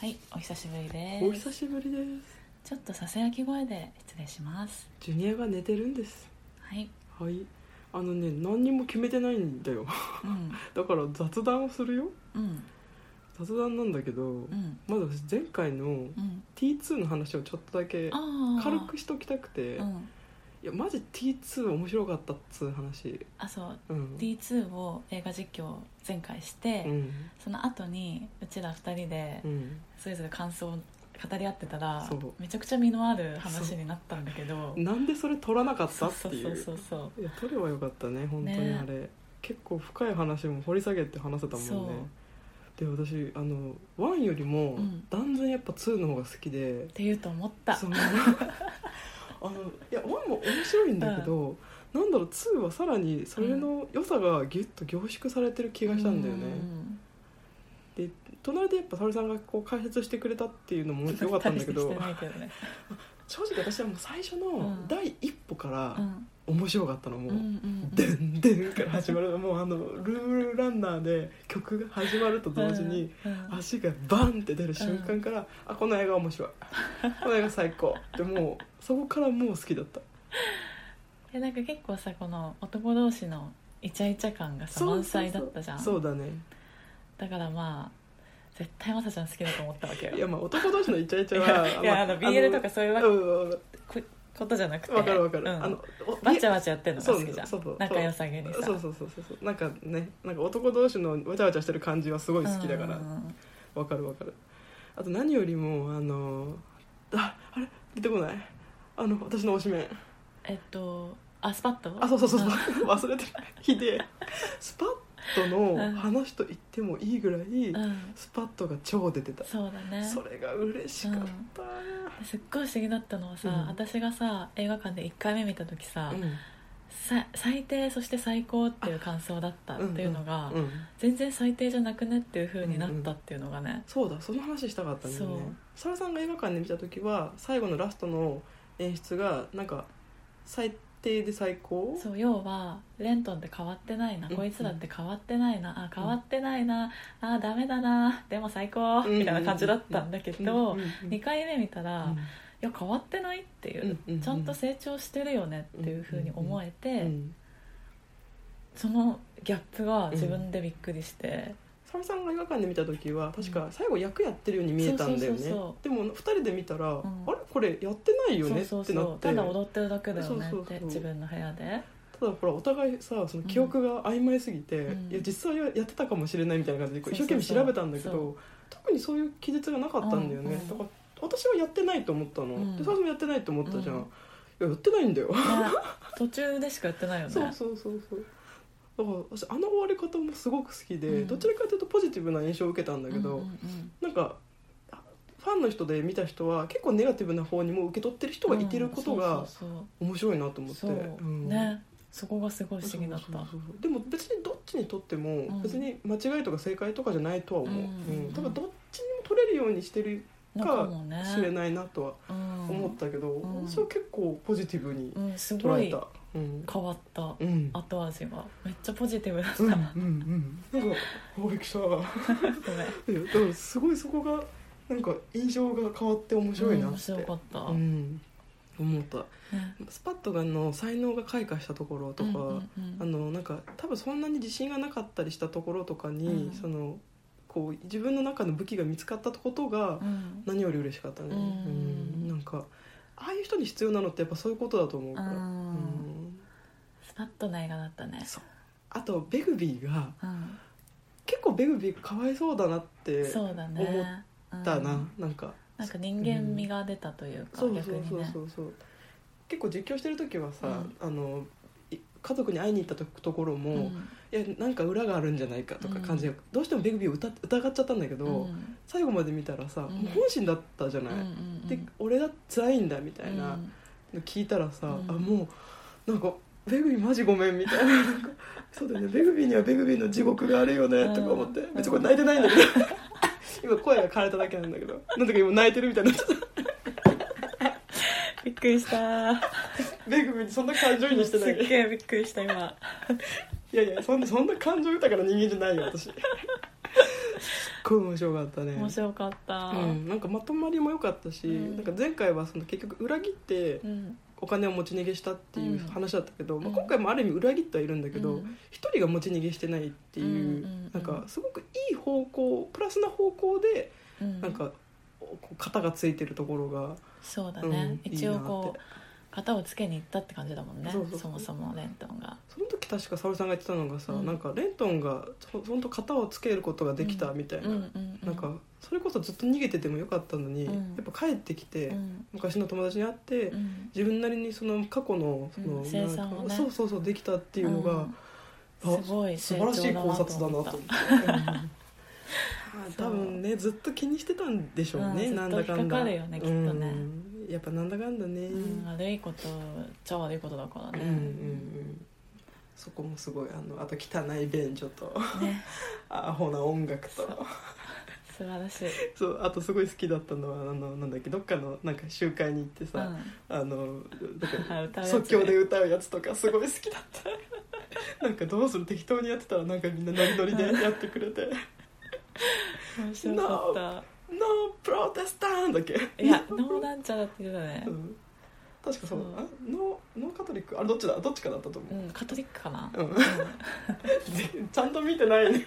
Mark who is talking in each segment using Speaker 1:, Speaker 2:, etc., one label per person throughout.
Speaker 1: はい、お久しぶり
Speaker 2: お
Speaker 1: です。
Speaker 2: 久しぶりです
Speaker 1: ちょっとささやき声で失礼します。
Speaker 2: ジュニアが寝てるんです
Speaker 1: はい、
Speaker 2: はいあのね何にも決めてないんだよ
Speaker 1: うん、
Speaker 2: だから雑談をするよ
Speaker 1: うん、
Speaker 2: 雑談なんだけど、
Speaker 1: うん、
Speaker 2: まず私前回の
Speaker 1: うん。
Speaker 2: T2 の話をちょっとだけ
Speaker 1: ああ、
Speaker 2: 軽くしときたくて、
Speaker 1: う
Speaker 2: い
Speaker 1: ん、
Speaker 2: やマジ T2 面白かったっつう話
Speaker 1: あ、そう、
Speaker 2: うん
Speaker 1: D2 を映画実況前回して、
Speaker 2: うん
Speaker 1: その後にうちら二人で
Speaker 2: うん
Speaker 1: それぞれ感想を語り合ってたら、
Speaker 2: そう
Speaker 1: めちゃくちゃ身のある話になったんだけど、
Speaker 2: なんでそれ取らなかった
Speaker 1: そ
Speaker 2: っ
Speaker 1: うそ
Speaker 2: て
Speaker 1: う
Speaker 2: い
Speaker 1: そう
Speaker 2: う
Speaker 1: そうそ
Speaker 2: いや取ればよかったね本当に
Speaker 1: ね
Speaker 2: あれ、結構深い話も掘り下げて話せたもんねで私あの1よりも
Speaker 1: うん
Speaker 2: 断然やっぱ2の方が好きで
Speaker 1: う、って言うと思った。
Speaker 2: その あのいや1も面白いんだけど、なんだろう2はさらにそれの良さがギュッと凝縮されてる気がしたんだよね、隣でやっぱ沙織さんがこう解説してくれたっていうのも
Speaker 1: う
Speaker 2: よかったんだけど
Speaker 1: 大してしてないけどね。
Speaker 2: 正直私はもう最初の
Speaker 1: うん
Speaker 2: 第一歩から
Speaker 1: うん、
Speaker 2: 面白かったの
Speaker 1: う
Speaker 2: も
Speaker 1: ん、う
Speaker 2: う、
Speaker 1: ん、
Speaker 2: でんでんから始まるもうあのルームランナーで曲が始まると同時に
Speaker 1: うん、うん
Speaker 2: 足がバンって出る瞬間から、あこの映画面白いこの映画最高でもうそこからもう好きだった
Speaker 1: いやなんか結構さこの男同士のイチャイチャ感がさ満載だったじゃん
Speaker 2: そうだね
Speaker 1: だからまあ絶対まさちゃん好きだと思ったわけよ
Speaker 2: いやまあ男同士のイチャイチャは
Speaker 1: いやあ
Speaker 2: ま
Speaker 1: の BL とかそういうわ
Speaker 2: うんうんうん
Speaker 1: ことじゃなくて
Speaker 2: わかるわかる、
Speaker 1: うん
Speaker 2: あのお
Speaker 1: バチャバチャやってるのが好きじゃん
Speaker 2: そうそうそうそう
Speaker 1: 仲良さげにさ
Speaker 2: そうそうそうそうそうなんかねなんか男同士のわちゃわちゃしてる感じはすごい好きだから
Speaker 1: うんうんうん
Speaker 2: わかるわかるあと何よりもあのああれ出てこないあの私の推しメン
Speaker 1: えっとあスパッと
Speaker 2: あそうそうそうそう忘れてるひでえスパッとの話と言ってもいいぐらい、
Speaker 1: んうん
Speaker 2: スパッとが超出てた
Speaker 1: そうだね
Speaker 2: それが嬉しかった、
Speaker 1: すっごい不思議だったのはさ、
Speaker 2: うん
Speaker 1: 私がさ映画館で1回目見た時さ,、
Speaker 2: うん
Speaker 1: さ最低そして最高っていう感想だったっていうのが、
Speaker 2: うん
Speaker 1: 全然最低じゃなくねっていう風になったっていうのがね、
Speaker 2: そうだその話したかったんだよ
Speaker 1: そ
Speaker 2: ね
Speaker 1: う
Speaker 2: 沙羅さんが映画館で見た時は最後のラストの演出がなんか最低で最高
Speaker 1: そう要はレントンって変わってないな
Speaker 2: うん
Speaker 1: こいつらって変わってないなあ変わってないなあダメだなでも最高みたいな感じだったんだけど
Speaker 2: うんうんうん
Speaker 1: 2回目見たら
Speaker 2: うん
Speaker 1: いや変わってないっていううん
Speaker 2: うんうん
Speaker 1: ちゃんと成長してるよねっていうふうに思え
Speaker 2: う
Speaker 1: て
Speaker 2: ん
Speaker 1: そのギャップが自分でびっくりして
Speaker 2: 沙羅さんが映画館で見た時は確か最後役やってるように見えたんだよ
Speaker 1: そうそう
Speaker 2: ね
Speaker 1: そう
Speaker 2: でも2人で見たら、
Speaker 1: ん
Speaker 2: あれこれやってないよ
Speaker 1: そ
Speaker 2: ね
Speaker 1: う
Speaker 2: っ
Speaker 1: そう
Speaker 2: て
Speaker 1: そ
Speaker 2: な
Speaker 1: う
Speaker 2: って
Speaker 1: ただ踊ってるだけだよ
Speaker 2: そう
Speaker 1: ね
Speaker 2: そう
Speaker 1: っ
Speaker 2: そう
Speaker 1: て自分の部屋で
Speaker 2: ただほらお互いさその記憶が曖昧すぎて、
Speaker 1: うん
Speaker 2: いや実際はやってたかもしれないみたいな感じでこう一
Speaker 1: そう
Speaker 2: 生
Speaker 1: そうそ
Speaker 2: 懸命
Speaker 1: う
Speaker 2: 調べたんだけど
Speaker 1: そ
Speaker 2: 特にそういう記述がなかったんだよね、
Speaker 1: うんうん
Speaker 2: だから私はやってないと思ったの、
Speaker 1: うん
Speaker 2: で沙羅さんもやってないと思ったじゃん、
Speaker 1: うん
Speaker 2: いややってないんだ よ、
Speaker 1: ね途中でしかやってないよ
Speaker 2: そう
Speaker 1: ね
Speaker 2: そうそうそうだから私あの終わり方もすごく好きで、
Speaker 1: うん
Speaker 2: どちらかというとポジティブな印象を受けたんだけど、
Speaker 1: うんうん
Speaker 2: なんかあファンの人で見た人は結構ネガティブな方にも受け取ってる人
Speaker 1: うん
Speaker 2: がいてることが
Speaker 1: そうそう
Speaker 2: 面白いなと思って、
Speaker 1: そうそう
Speaker 2: うん
Speaker 1: ねそこがすごい不思議だっ
Speaker 2: そう
Speaker 1: た
Speaker 2: そうそうでも別にどっちにとっても
Speaker 1: ん
Speaker 2: 別に間違いとか正解とかじゃないとは思う、
Speaker 1: うん
Speaker 2: うんだからどっちにも取れるようにしてる
Speaker 1: のかもね
Speaker 2: かもしれないなとは
Speaker 1: うん
Speaker 2: 思ったけど、
Speaker 1: うん
Speaker 2: それは結構ポジティブに
Speaker 1: うん、すご
Speaker 2: 捉え
Speaker 1: い
Speaker 2: た、うん
Speaker 1: 変わった
Speaker 2: うんうん
Speaker 1: 後味がめっちゃポジティブだった、
Speaker 2: うん
Speaker 1: ご
Speaker 2: うんなんかおびっくりしたいやだからすごいそこがなんか印象が変わって面白
Speaker 1: め
Speaker 2: い
Speaker 1: ん
Speaker 2: な
Speaker 1: 面
Speaker 2: って、
Speaker 1: 白かった、
Speaker 2: うん、思った
Speaker 1: ね
Speaker 2: スパットがの才能が開花したところとか、
Speaker 1: うんうんうん
Speaker 2: あのなんか多分そんなに自信がなかったりしたところとかに、
Speaker 1: うん
Speaker 2: そのこう自分の中の武器が見つかったことが
Speaker 1: うん
Speaker 2: 何より嬉しかったね、
Speaker 1: うん
Speaker 2: うんなんかああいう人に必要なのってやっぱそういうことだと思うから、
Speaker 1: うん
Speaker 2: うん
Speaker 1: スパッとな映画だったね
Speaker 2: そうあとベグビーが
Speaker 1: うん、
Speaker 2: 結構ベグビーかわいそうだなって
Speaker 1: そうだね
Speaker 2: 思だ
Speaker 1: う
Speaker 2: な、
Speaker 1: ん
Speaker 2: なんか
Speaker 1: なんか人間味が出たというか、
Speaker 2: そうそう
Speaker 1: 逆にね
Speaker 2: そうそうそう結構実況してる時はさ、
Speaker 1: うん
Speaker 2: あのい家族に会いに行ったとところも、
Speaker 1: うん
Speaker 2: いやなんか裏があるんじゃないかとか感じが、どうしてもベグビーを疑疑っちゃったんだけど、
Speaker 1: うん
Speaker 2: 最後まで見たらさ、
Speaker 1: うん
Speaker 2: もう本心だったじゃない、
Speaker 1: うんうんうん
Speaker 2: で俺が辛いんだみたいな
Speaker 1: うん
Speaker 2: の聞いたらさ、
Speaker 1: うん
Speaker 2: あもうなんかベグビーマジごめんみたいな なんかそうだよねベグビーにはベグビーの地獄があるよね
Speaker 1: うん
Speaker 2: とか思って
Speaker 1: うん
Speaker 2: 別にこれ泣いてないんだけ ど今声が枯れただけなんだけどなんだか今泣いてるみたいになっちゃっ
Speaker 1: びっくりした
Speaker 2: たベグビーにそんな感情移入してな
Speaker 1: す
Speaker 2: い
Speaker 1: っげえびっくりした今
Speaker 2: いやいやそんそんな感情豊かな人間じゃないよ私ごい面白かったね
Speaker 1: 面白かった、
Speaker 2: うん、なんかまとまりも良かったし、
Speaker 1: うん
Speaker 2: なんか前回はその結局裏切って
Speaker 1: うん
Speaker 2: お金を持ち逃げしたっていう話だったけど、
Speaker 1: ん
Speaker 2: まあ、今回もある意味裏切ってはいるんだけ
Speaker 1: う
Speaker 2: ど
Speaker 1: ん
Speaker 2: 一、人が持ち逃げしてないっていう、
Speaker 1: うんうんうん
Speaker 2: なんかすごくいい方向プラスな方向で
Speaker 1: うん
Speaker 2: なんかこう型がついてるところが、
Speaker 1: そうだ
Speaker 2: うん
Speaker 1: ね、一応
Speaker 2: いいなっ
Speaker 1: こ
Speaker 2: て
Speaker 1: う型をつけに行ったって感じだもんねそ
Speaker 2: そ
Speaker 1: う
Speaker 2: そうそう
Speaker 1: もそもレントンが
Speaker 2: その時確か沙織さんが言ってたのがさ、
Speaker 1: うん
Speaker 2: なんかレントンがほほんと型をつけることができたみたいな、
Speaker 1: うんうんう
Speaker 2: なんかそれこそずっと逃げててもよかったのに、
Speaker 1: うん
Speaker 2: やっぱ帰ってきて、
Speaker 1: うん
Speaker 2: 昔の友達に会って、
Speaker 1: うん
Speaker 2: 自分なりにその過去のその、
Speaker 1: うん生産をね
Speaker 2: そうそうそうできたっていうのが、
Speaker 1: うん
Speaker 2: あ
Speaker 1: すごい
Speaker 2: 素晴らしい考察だなと思った
Speaker 1: 成長だなと思っ
Speaker 2: うん多分ねずっと気にしてたんでしょうね、
Speaker 1: うん
Speaker 2: なんだ
Speaker 1: ずっ
Speaker 2: かんだ
Speaker 1: と引っかかるよねきっとね
Speaker 2: うんやっぱなんだかんだね、
Speaker 1: た、うん、悪いことちゃ悪いことだから
Speaker 2: うん
Speaker 1: ね,、
Speaker 2: うんうんそこもすごいあのあと汚い便所と
Speaker 1: ね
Speaker 2: アホな音楽と
Speaker 1: そう素晴らしい、
Speaker 2: そうあとすごい好きだったのはあのなんだっけどっかのなんか集会に行ってさ、あのなん
Speaker 1: う
Speaker 2: か
Speaker 1: ん、 歌うやつね
Speaker 2: 即興で歌うやつとかすごい好きだった なんかどうする適当にやってたらなんかみんなノリノリでやってくれて
Speaker 1: 面白かっ
Speaker 2: 「No プロテスタン」だっけ
Speaker 1: たいやノーなんちゃらって言ってたね
Speaker 2: う、ん確かそう
Speaker 1: そう
Speaker 2: だノーノーカトリックあれどっちだどっちかだったと思
Speaker 1: う、
Speaker 2: うん
Speaker 1: カトリックかな、
Speaker 2: うん ちゃんと見てないね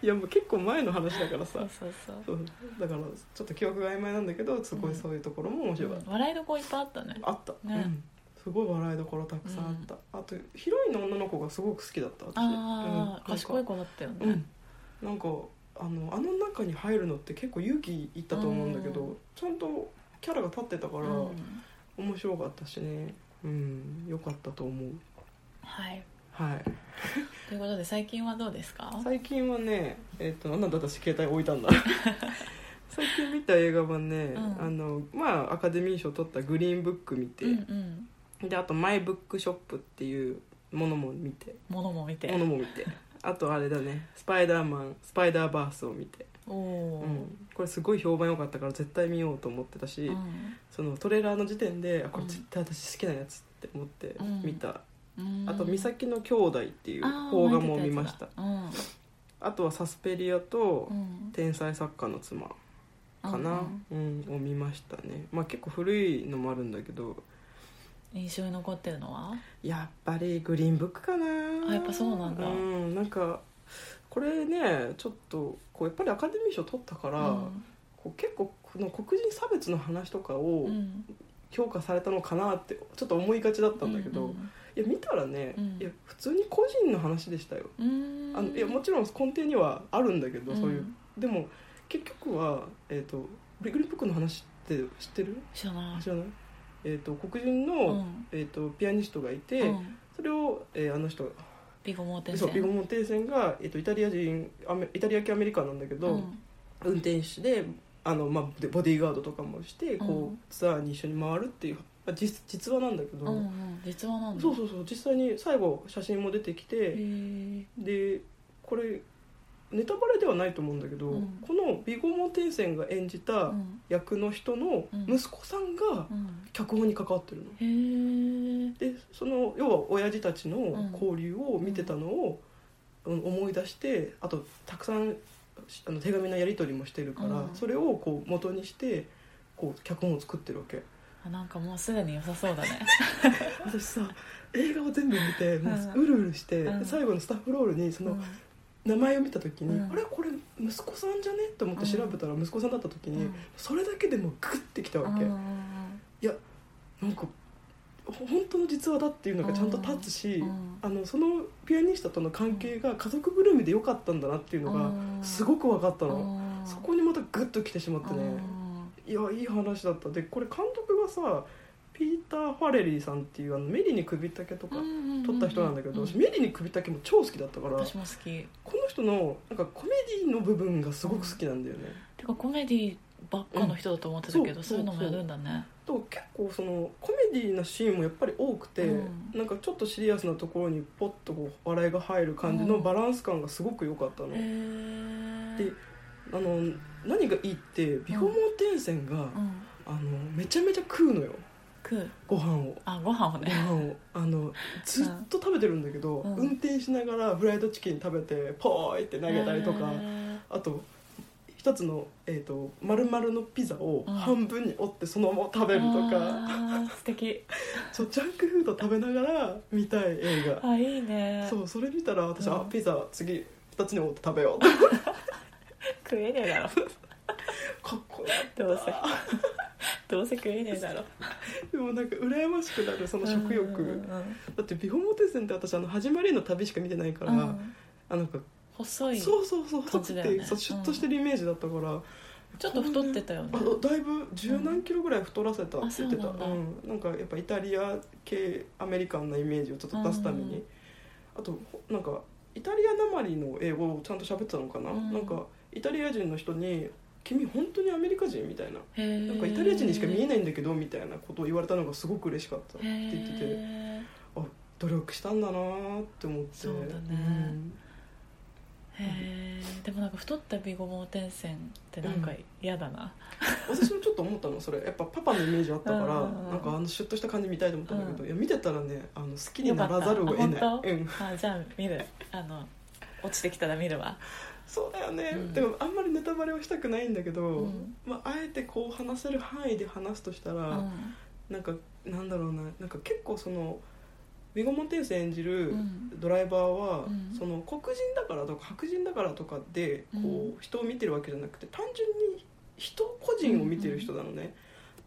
Speaker 2: いやもう結構前の話だから
Speaker 1: そ
Speaker 2: さ
Speaker 1: うそうそう
Speaker 2: そうだからちょっと記憶が曖昧なんだけどすごいそういうところも面白かった
Speaker 1: 笑いどこいっぱいあったね
Speaker 2: あった、
Speaker 1: ね
Speaker 2: うん、すごい笑いどころたくさんあった、あとヒロインの女の子がすごく好きだった私
Speaker 1: ああ、
Speaker 2: うん、
Speaker 1: 賢い
Speaker 2: 子
Speaker 1: 子だったよね、
Speaker 2: うんなんかあのあの中に入るのって結構勇気いったと思うんだけど、
Speaker 1: うん
Speaker 2: ちゃんとキャラが立ってたから、
Speaker 1: うん
Speaker 2: 面白かったしねうん良かったと思う
Speaker 1: はい
Speaker 2: はい
Speaker 1: ということで最近はどうですか
Speaker 2: 最近はねえっ、となんだ私携帯置い たんだ最近見た映画はね、
Speaker 1: うん
Speaker 2: あのまあアカデミー賞取った「グリーンブック」見て、
Speaker 1: うんうん
Speaker 2: であと「マイブックショップ」っていうものも見て
Speaker 1: ものも見て
Speaker 2: ものも見てあとあれだね「スパイダーマンスパイダーバース」を見て、
Speaker 1: お
Speaker 2: う
Speaker 1: おー、
Speaker 2: ん、これすごい評判良かったから絶対見ようと思ってたし、
Speaker 1: うん
Speaker 2: そのトレーラーの時点であこれ
Speaker 1: うん
Speaker 2: 絶対私好きなやつって思って
Speaker 1: うん
Speaker 2: 見た、
Speaker 1: うん
Speaker 2: あと「美咲の兄弟」っていう
Speaker 1: あー
Speaker 2: 邦画も見ましたあ
Speaker 1: 前出やつだうん
Speaker 2: とは「サスペリア」と
Speaker 1: うん
Speaker 2: 「天才作家の妻」か
Speaker 1: う、
Speaker 2: なんうんを見ましたねまあ結構古いのもあるんだけど
Speaker 1: うん印象に残ってるのは
Speaker 2: やっぱりグリーンブックかな
Speaker 1: あやっぱそうなんだ
Speaker 2: うんなんかこれねちょっとこうやっぱりアカデミー賞取ったから、こう結構この黒人差別の話とか
Speaker 1: う
Speaker 2: を
Speaker 1: んうん
Speaker 2: 評価されたのかなってちょっと思いがちだったんだけど、
Speaker 1: うん
Speaker 2: いや見たらね、
Speaker 1: うん
Speaker 2: いや普通に個人の話でしたよ、
Speaker 1: うん
Speaker 2: あのいやもちろん根底にはあるんだけど、
Speaker 1: うん
Speaker 2: そういうでも結局は、えー、とグリーンブックの話って知ってる
Speaker 1: 知らない
Speaker 2: 知らない、えー、と黒人の、
Speaker 1: うん
Speaker 2: えー、とピアニストがいて、
Speaker 1: うん
Speaker 2: それを、えーあの人
Speaker 1: ビゴモーテンセ
Speaker 2: そう
Speaker 1: ン
Speaker 2: ビゴモンテーセンが、えっとイタリア人アメイタリア系アメリカなんだけど、
Speaker 1: うん
Speaker 2: 運転手であの、まあ、でボディーガードとかもしてこう、
Speaker 1: うん
Speaker 2: ツアーに一緒に回るっていう、まあ、実実話なんだけど、
Speaker 1: うんうん実話なんだ
Speaker 2: そうそうそう実際に最後写真も出てき
Speaker 1: へ
Speaker 2: て、
Speaker 1: ー
Speaker 2: でこれネタバレではないと思うんだけど、
Speaker 1: うん
Speaker 2: このビゴモンテーセンが演じた
Speaker 1: うん
Speaker 2: 役の人の息子さんが
Speaker 1: うん
Speaker 2: 脚本に関わってるの。
Speaker 1: へー
Speaker 2: でその要は親父たちの交流を見てたのをうん思い出してあとたくさんしあの手紙のやり取りもしてるから、
Speaker 1: うん
Speaker 2: それをこう元にしてこう脚本を作ってるわけ
Speaker 1: あなんかもうすでに良さそうだね
Speaker 2: 私さ映画を全部見ても
Speaker 1: うん
Speaker 2: ううるうるして、
Speaker 1: うん
Speaker 2: 最後のスタッフロールにそうの
Speaker 1: ん
Speaker 2: 名前を見た時に、
Speaker 1: うん
Speaker 2: あれこれ息子さんじゃねと思って調べたら息子さんだった時に、
Speaker 1: うん
Speaker 2: それだけでもうグッてきたわけ、
Speaker 1: うんうん
Speaker 2: いやなんかほ本当の実話だっていうのがちゃんと立つし、
Speaker 1: うん
Speaker 2: あのそのピアニストとの関係が家族ぐるみで良かったんだなっていうのが
Speaker 1: うん
Speaker 2: すごく分かった
Speaker 1: うん
Speaker 2: の、
Speaker 1: うん
Speaker 2: そこにまたグッときてしまってね、
Speaker 1: うん
Speaker 2: いやいい話だったでこれ監督がさピーター・ファレリーさんっていうあのメリに首丈とか
Speaker 1: うんうんうんうん
Speaker 2: 撮った人なんだけど、
Speaker 1: う
Speaker 2: 私メリに首丈も超好きだったからこ
Speaker 1: 私も好き
Speaker 2: の人のなんかコメディの部分がすごく好きなんだよね、
Speaker 1: てかコメディばっかの人だと思ってたけど、
Speaker 2: うん
Speaker 1: そ
Speaker 2: そうう
Speaker 1: いうのもやるんだね
Speaker 2: と結構そのコメディなシーンもやっぱり多くて、
Speaker 1: うん
Speaker 2: なんかちょっとシリアスなところにポッとこう笑いが入る感じ
Speaker 1: う
Speaker 2: の
Speaker 1: ん
Speaker 2: バランス感がすごく良かったの、
Speaker 1: へえ
Speaker 2: であの何がいいってビゴモテンセンが、
Speaker 1: うん
Speaker 2: あのめちゃめちゃ食うのよ
Speaker 1: 食う
Speaker 2: ご飯を
Speaker 1: あご飯を
Speaker 2: ご
Speaker 1: ね
Speaker 2: 飯をあのずっと食べてるんだけど、
Speaker 1: うん
Speaker 2: 運転しながらフライドチキン食べてポーイって投げたりとか、
Speaker 1: へー
Speaker 2: あと一つの、えー、と丸々のピザを
Speaker 1: うん
Speaker 2: 半分に折ってそのまま食べるとか、
Speaker 1: あー素敵
Speaker 2: そうジャンクフード食べながら見たい映画
Speaker 1: あいいね
Speaker 2: そうそれ見たら私、
Speaker 1: うん
Speaker 2: あピザ次2つに折って食 べようって
Speaker 1: 食えねえだろ
Speaker 2: かっこい
Speaker 1: どうせ どうせ食えねえだろ
Speaker 2: いでもなんか羨ましくなるその食
Speaker 1: う
Speaker 2: 欲、
Speaker 1: んうんうん
Speaker 2: だって「ビフォーモテセン」って私あの始まりの旅しか見てないから、
Speaker 1: うん
Speaker 2: あなんか
Speaker 1: 細い
Speaker 2: そうそうそう太
Speaker 1: 感
Speaker 2: く
Speaker 1: じ
Speaker 2: て、
Speaker 1: だよね
Speaker 2: そうシュッとしてるイメージだったから、
Speaker 1: ちょっと太ってたよね
Speaker 2: こんなあだいぶ十何キロぐらい太らせたって言ってた、
Speaker 1: あそうな
Speaker 2: うんなんかやっぱイタリア系アメリカンなイメージをちょっと出すため
Speaker 1: う
Speaker 2: に、
Speaker 1: ん
Speaker 2: あとほなんかイタリアなまりの英語をちゃんと喋ってたのかな、
Speaker 1: うん
Speaker 2: なんかイタリア人の人に「君本当にアメリカ人?」みたいな
Speaker 1: へー
Speaker 2: なんかイタリア人にしか見えないんだけどみたいなことを言われたのがすごく嬉しかったって言ってて。
Speaker 1: へ
Speaker 2: 努力したんだなーって思って
Speaker 1: そうだね
Speaker 2: うん
Speaker 1: ーへーでもなんか太ったビゴモテンセンってなんか嫌だな、
Speaker 2: 私もちょっと思ったのそれやっぱパパのイメージあったから
Speaker 1: うんうんうん
Speaker 2: なんかあのシュッとした感じ見たいと思ったんだけど、
Speaker 1: うん
Speaker 2: いや見てたらねあの好きにならざるを
Speaker 1: よ
Speaker 2: 得
Speaker 1: かっ
Speaker 2: な
Speaker 1: た
Speaker 2: い、うん、
Speaker 1: あじゃあ見るあの落ちてきたら見るわ
Speaker 2: そうだよね、
Speaker 1: うん
Speaker 2: でもあんまりネタバレはしたくないんだけど、
Speaker 1: うん
Speaker 2: まあ、あえてこう話せる範囲で話すとしたら、
Speaker 1: うん
Speaker 2: なんかなんだろうななんか結構そのビゴ・モンテンス演じる、
Speaker 1: うん
Speaker 2: ドライバーは、
Speaker 1: うん
Speaker 2: その黒人だからとか白人だからとかでこう、
Speaker 1: う
Speaker 2: 人を見てるわけじゃなくて単純に人個人を見てる人なのね、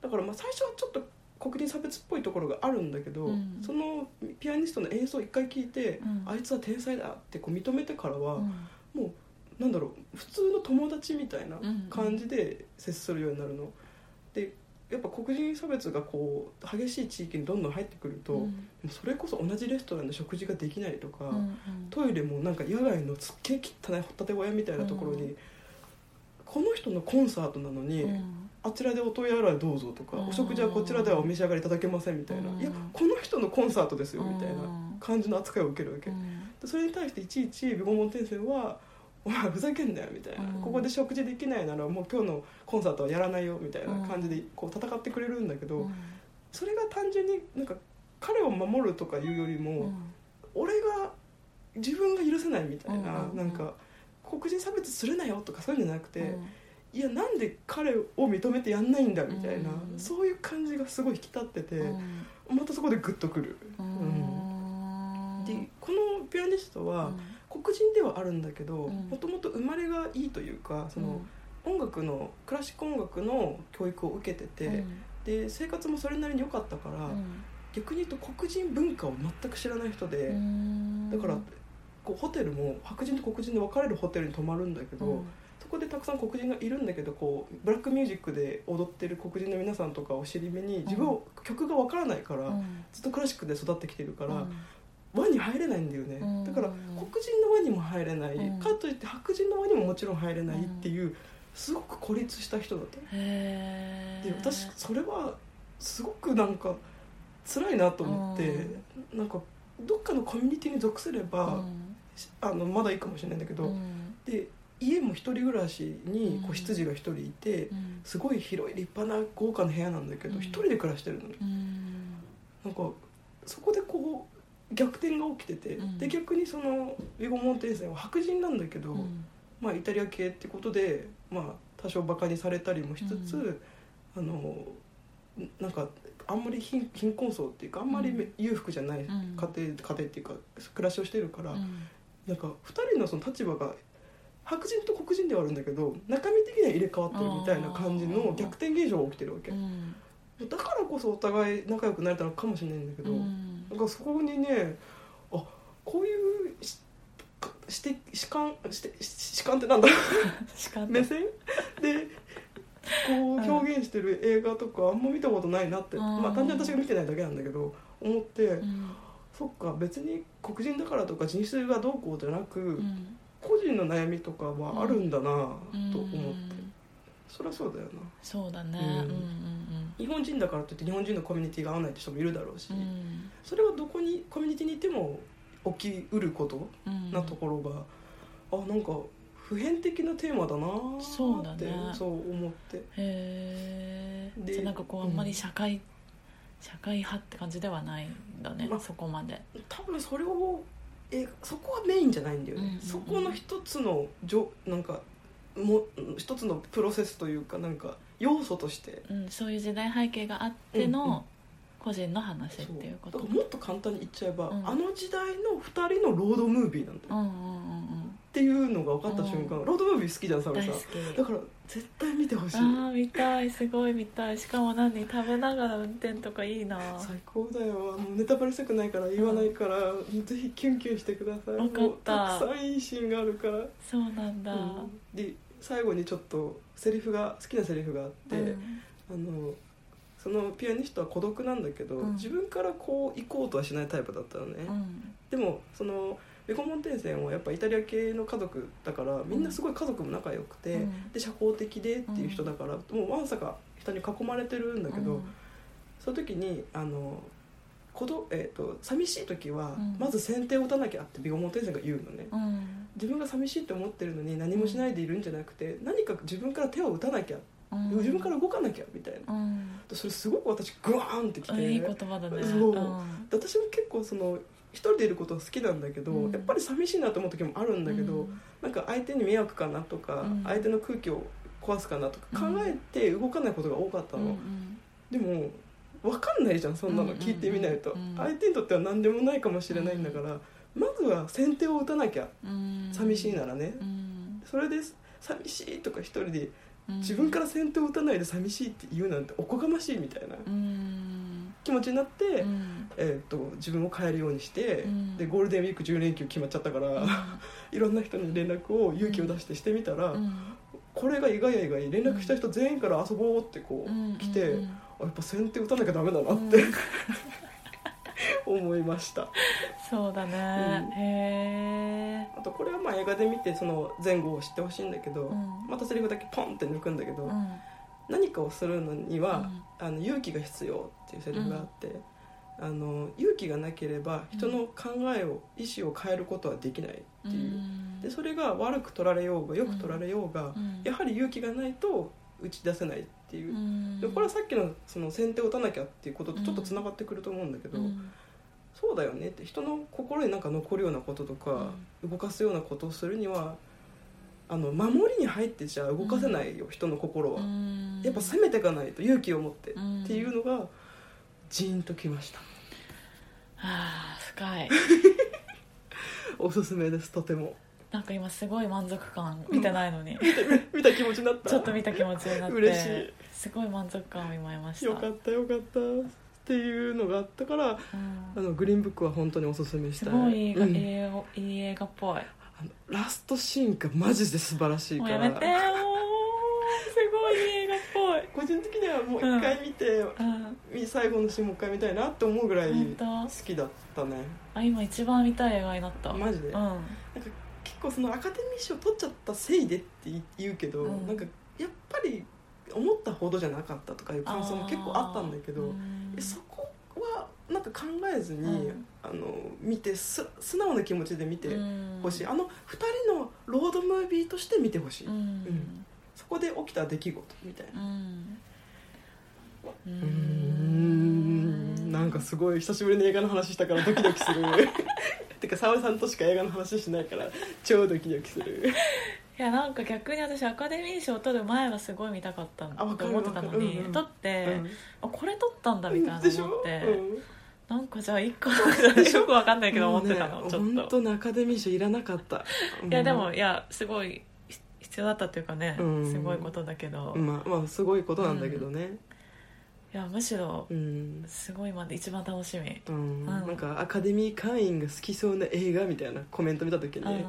Speaker 2: だからまあ最初はちょっと黒人差別っぽいところがあるんだけど、
Speaker 1: うん
Speaker 2: そのピアニストの演奏を一回聴いて、
Speaker 1: うん
Speaker 2: あいつは天才だってこう認めてからは、
Speaker 1: うん
Speaker 2: もうなんだろう普通の友達みたいな
Speaker 1: うん
Speaker 2: 感じで接するようになるの。でやっぱ黒人差別がこう激しい地域にどんどん入ってくると、
Speaker 1: うん
Speaker 2: それこそ同じレストランで食事ができないとか、
Speaker 1: うんうん
Speaker 2: トイレもなんか野外のすっげえ汚い掘ったて小屋みたいなところに、
Speaker 1: う
Speaker 2: この人のコンサートなのに、
Speaker 1: うん
Speaker 2: あちらでおトイレ洗いどうぞとか、
Speaker 1: うん
Speaker 2: お食事はこちらではお召し上がりいただけませんみたいな、
Speaker 1: うん
Speaker 2: いやこの人のコンサートですよみたいな
Speaker 1: うん
Speaker 2: 感じの扱いを受けるわけ、
Speaker 1: うん
Speaker 2: でそれに対していちいちビゴモン天線は「お前ふざけんなよ」みたいな、
Speaker 1: うん
Speaker 2: ここで食事できないならもう今日のコンサートはやらないよ」みたいな感じでこう戦ってくれるんだけど、それが単純になんか彼を守るとかいうよりも、
Speaker 1: うん
Speaker 2: 俺が自分が許せないみたいな、
Speaker 1: うんうんうん
Speaker 2: なんか黒人差別するなよとかそういうんじゃなくて、
Speaker 1: うん
Speaker 2: いやなんで彼を認めてやんないんだみたいな、
Speaker 1: うん
Speaker 2: そういう感じがすごい引き立ってて、
Speaker 1: うん
Speaker 2: またそこでグッとくる、
Speaker 1: う
Speaker 2: うん
Speaker 1: ん
Speaker 2: でこのピアニストは黒人ではあるんだけど
Speaker 1: うん
Speaker 2: もともと生まれがいいというかその
Speaker 1: う
Speaker 2: 音楽のクラシック音楽の教育を受けてて、
Speaker 1: うん
Speaker 2: で生活もそれなりに良かったから、
Speaker 1: うん
Speaker 2: 逆に言うと黒人文化を全く知らない人で。
Speaker 1: うん
Speaker 2: だからこうホテルも白人と黒人で分かれるホテルに泊まるんだけど、
Speaker 1: うん
Speaker 2: そこでたくさん黒人がいるんだけどこうブラックミュージックで踊ってる黒人の皆さんとかを尻目に自分は曲が分からないから、
Speaker 1: うん
Speaker 2: ずっとクラシックで育ってきてるから、
Speaker 1: うん
Speaker 2: 輪に入れないんだよね、
Speaker 1: うん
Speaker 2: だから黒人の輪にも入れない、
Speaker 1: うん
Speaker 2: かといって白人の輪にももちろん入れないっていうすごく孤立した人だった。
Speaker 1: へ
Speaker 2: で
Speaker 1: ー
Speaker 2: 私それはすごくなんか辛いなと思って、なんかどっかのコミュニティに属すれば、
Speaker 1: うん
Speaker 2: しあのまだいいかもしれないんだけど、
Speaker 1: うん
Speaker 2: で家も一人暮らしに
Speaker 1: うん
Speaker 2: 子羊が一人いて、
Speaker 1: うん
Speaker 2: すごい広い立派な豪華な部屋なんだけど
Speaker 1: うん
Speaker 2: 一、人で暮らしてるのね
Speaker 1: うん
Speaker 2: なんかそこでこう逆転が起きてて、
Speaker 1: うん
Speaker 2: で逆にそのウィゴ・モンテンセンは白人なんだけど、
Speaker 1: うん
Speaker 2: まあ、イタリア系ってことで、まあ、多少バカにされたりもしつつ、あのなんかあんまり貧貧困層っていうかあんまりめ裕福じゃない家庭,、
Speaker 1: うん
Speaker 2: 家庭っていうか暮らしをしてるから、
Speaker 1: うん
Speaker 2: なんか2人のその立場が白人と黒人ではあるんだけど中身的には入れ替わってるみたいな感じの逆転現象が起きてるわけ
Speaker 1: うん
Speaker 2: だからこそお互い仲良くなれたのかもしれないんだけど、
Speaker 1: うん
Speaker 2: なんかそこにねあこういうしして視観して視観ってなん だ
Speaker 1: しか
Speaker 2: 目線でこう表現してる映画とかあんま見たことないなって、
Speaker 1: うん
Speaker 2: まあ単純に私が見てないだけなんだけど思って、
Speaker 1: うん
Speaker 2: そっか別に黒人だからとか人種がどうこうじゃなく、
Speaker 1: うん
Speaker 2: 個人の悩みとかはあるんだなと思って、
Speaker 1: うん
Speaker 2: そりゃそうだよな
Speaker 1: そうだね
Speaker 2: うん
Speaker 1: うんうん
Speaker 2: 日本人だからといって日本人のコミュニティが合わないって人もいるだろうし、
Speaker 1: うん
Speaker 2: それはどこにコミュニティにいても起きうること
Speaker 1: うん
Speaker 2: なところが、あなんか普遍的なテーマだなーって
Speaker 1: そうだね
Speaker 2: そう思って
Speaker 1: へえ
Speaker 2: で
Speaker 1: じゃあなんかこうあんまり社会、社会派って感じではないんだね、
Speaker 2: まあ
Speaker 1: そこまで
Speaker 2: 多分それをえそこはメインじゃないんだよね、
Speaker 1: うんうんうん
Speaker 2: そこの一つのじょなんかも一つのプロセスというかなんか要素として
Speaker 1: うん、そういう時代背景があって
Speaker 2: うんうん
Speaker 1: の個人の話っていうこと
Speaker 2: そうだからもっと簡単に言っちゃえば、
Speaker 1: うん
Speaker 2: あの時代の2人のロードムービーなんだよ
Speaker 1: うんうんうん
Speaker 2: っていうのが分かった瞬間、ロードムービー好きじゃんサ
Speaker 1: うん
Speaker 2: ム
Speaker 1: 大
Speaker 2: さん
Speaker 1: 好き
Speaker 2: だから絶対見てほしい
Speaker 1: ああ見たいすごい見たいしかも何食べながら運転とかいいな
Speaker 2: 最高だよあのネタバレしたくないから言わないから、ぜひキュンキュンしてください
Speaker 1: わかった
Speaker 2: もうたくさんいいシーンがあるから、
Speaker 1: そうなんだ、
Speaker 2: うんで最後にちょっとセリフが好きなセリフがあって、
Speaker 1: うん
Speaker 2: あのそのピアニストは孤独なんだけど、
Speaker 1: うん
Speaker 2: 自分からこう行こうとはしないタイプだったのね、
Speaker 1: うん
Speaker 2: でもそのベコモンテンセンはやっぱイタリア系の家族だからみんなすごい家族も仲良くて、
Speaker 1: うん
Speaker 2: で社交的でっていう人だから、もうわんさか人に囲まれてるんだけど、
Speaker 1: うん
Speaker 2: その時にあの子ど、えー、と寂しい時は、
Speaker 1: うん
Speaker 2: まず先手を打たなきゃってビゴモンテンセンが言うのね
Speaker 1: うん
Speaker 2: 自分が寂しいって思ってるのに何もしないでいるんじゃなくて、何か自分から手を打たなきゃ、
Speaker 1: うん
Speaker 2: 自分から動かなきゃみたいな
Speaker 1: うん
Speaker 2: それすごく私グワーンってきて、
Speaker 1: いい言葉だね
Speaker 2: そうんで私も結構その一人でいることは好きなんだけど、
Speaker 1: うん
Speaker 2: やっぱり寂しいなと思う時もあるんだけど、
Speaker 1: うん
Speaker 2: なんか相手に迷惑かなとか、
Speaker 1: うん
Speaker 2: 相手の空気を壊すかなとか考えて動かないことが多かったの、
Speaker 1: うん
Speaker 2: でも分かんないじゃんそんな
Speaker 1: うんう
Speaker 2: の
Speaker 1: んうん
Speaker 2: 聞いてみないと、
Speaker 1: うん
Speaker 2: 相手にとっては何でもないかもしれないんだから、まずは先手を打たなきゃ
Speaker 1: うん
Speaker 2: 寂しいならね、
Speaker 1: うん
Speaker 2: それです寂しいとか一人で
Speaker 1: うん
Speaker 2: 自分から先手を打たないで寂しいって言うなんておこがましいみたいな
Speaker 1: うん
Speaker 2: 気持ちになって、
Speaker 1: うん
Speaker 2: えー、と自分を変えるようにして、
Speaker 1: うん
Speaker 2: でゴールデンウィーク10連休決まっちゃったから、いろんな人に連絡を勇気を出してしてみたら、
Speaker 1: うん
Speaker 2: これが意外や意外連絡した人全員から遊ぼうってこう、
Speaker 1: うん
Speaker 2: 来て、
Speaker 1: うん
Speaker 2: あやっぱ先手打たなきゃダメだなって、
Speaker 1: うん
Speaker 2: 思いました
Speaker 1: そうだね、へえ
Speaker 2: あとこれはまあ映画で見てその前後を知ってほしいんだけど、
Speaker 1: うん
Speaker 2: またセリフだけポンって抜くんだけど、
Speaker 1: うん
Speaker 2: 何かをするのには、あの勇気が必要っていうセリフがあって、あの勇気がなければ人の考えを、意思を変えることはできないっていう。
Speaker 1: ん
Speaker 2: でそれが悪く取られようがよく取られようが、
Speaker 1: うん
Speaker 2: やはり勇気がないと打ち出せないっていうう、
Speaker 1: ん
Speaker 2: でこれはさっきのその先手を打たなきゃっていうこととちょっとつながってくると思うんだけど、
Speaker 1: うん
Speaker 2: そうだよねって人の心になんか残るようなこととか、動かすようなことをするにはあの守りに入ってちゃ動かせないよ、人の心は、
Speaker 1: うん
Speaker 2: やっぱ攻めていかないと勇気を持って、
Speaker 1: うん
Speaker 2: っていうのがジーンときました
Speaker 1: あー深い
Speaker 2: おすすめですとても
Speaker 1: なんか今すごい満足感見てないのに、
Speaker 2: 見た気持ちになった
Speaker 1: ちょっと見た気持ちになって
Speaker 2: 嬉しい
Speaker 1: すごい満足感を今いました
Speaker 2: よかったよかったっていうのがあったか
Speaker 1: う
Speaker 2: ら
Speaker 1: ん
Speaker 2: あのグリーンブックは本当におすすめし
Speaker 1: す
Speaker 2: たい
Speaker 1: ごいいい映画,、
Speaker 2: うん
Speaker 1: 映画いい映画っぽ
Speaker 2: あのラストシーンがマジで素晴らし
Speaker 1: い
Speaker 2: い
Speaker 1: も
Speaker 2: か
Speaker 1: う
Speaker 2: ら
Speaker 1: やめてよーすごいいい映画っ
Speaker 2: 個人的にはもう一回見て、
Speaker 1: ぽい、うん、
Speaker 2: み最後のシーンもう一回見たいなって思うぐらい
Speaker 1: 本当
Speaker 2: 好きだったね
Speaker 1: あ今一番見たい映画になった
Speaker 2: マジで、
Speaker 1: うん
Speaker 2: なんか結構そのアカデミー賞取っちゃったせいでって言うけど、
Speaker 1: うん
Speaker 2: なんかやっぱり思ったほどじゃなかったとかいう感想も結構あったんだけど、
Speaker 1: あーうん
Speaker 2: えそこはなんか考えずに、
Speaker 1: うん
Speaker 2: あの見てす素直な気持ちで見て
Speaker 1: うん
Speaker 2: ほしい、あの2人のロードムービーとして見てほしい、
Speaker 1: うん
Speaker 2: そこで起きた出来事みたいな
Speaker 1: うんう
Speaker 2: うーんなんかすごい久しぶりに映画の話したからドキドキする てか澤井さんとしか映画の話しないから超ドキドキする
Speaker 1: いやなんか逆に私アカデミー賞を取る前はすごい見たかったんだ
Speaker 2: あわ
Speaker 1: と
Speaker 2: かる
Speaker 1: 思ってたのに、
Speaker 2: わかるうんうん
Speaker 1: 取って、あこれ取ったんだ
Speaker 2: う
Speaker 1: み
Speaker 2: ん
Speaker 1: たいな
Speaker 2: でし
Speaker 1: の
Speaker 2: ょ
Speaker 1: 思って、
Speaker 2: うん
Speaker 1: なんかじゃあ一個 よくわかんないけど思ってたの、
Speaker 2: もうね
Speaker 1: ちょっ
Speaker 2: 本
Speaker 1: と
Speaker 2: 当のアカデミー賞いらなかった
Speaker 1: いやでもいやすごいひ必要だったっていうかね、
Speaker 2: うん
Speaker 1: すごいことだけど、
Speaker 2: うん
Speaker 1: い
Speaker 2: まあまあすごいことなんだけどね
Speaker 1: やむしろ
Speaker 2: うん
Speaker 1: すごいまで一番楽しみ、
Speaker 2: うん、
Speaker 1: ん
Speaker 2: なんかアカデミー会員が好きそうな映画みたいなコメント見た時に、
Speaker 1: うん
Speaker 2: も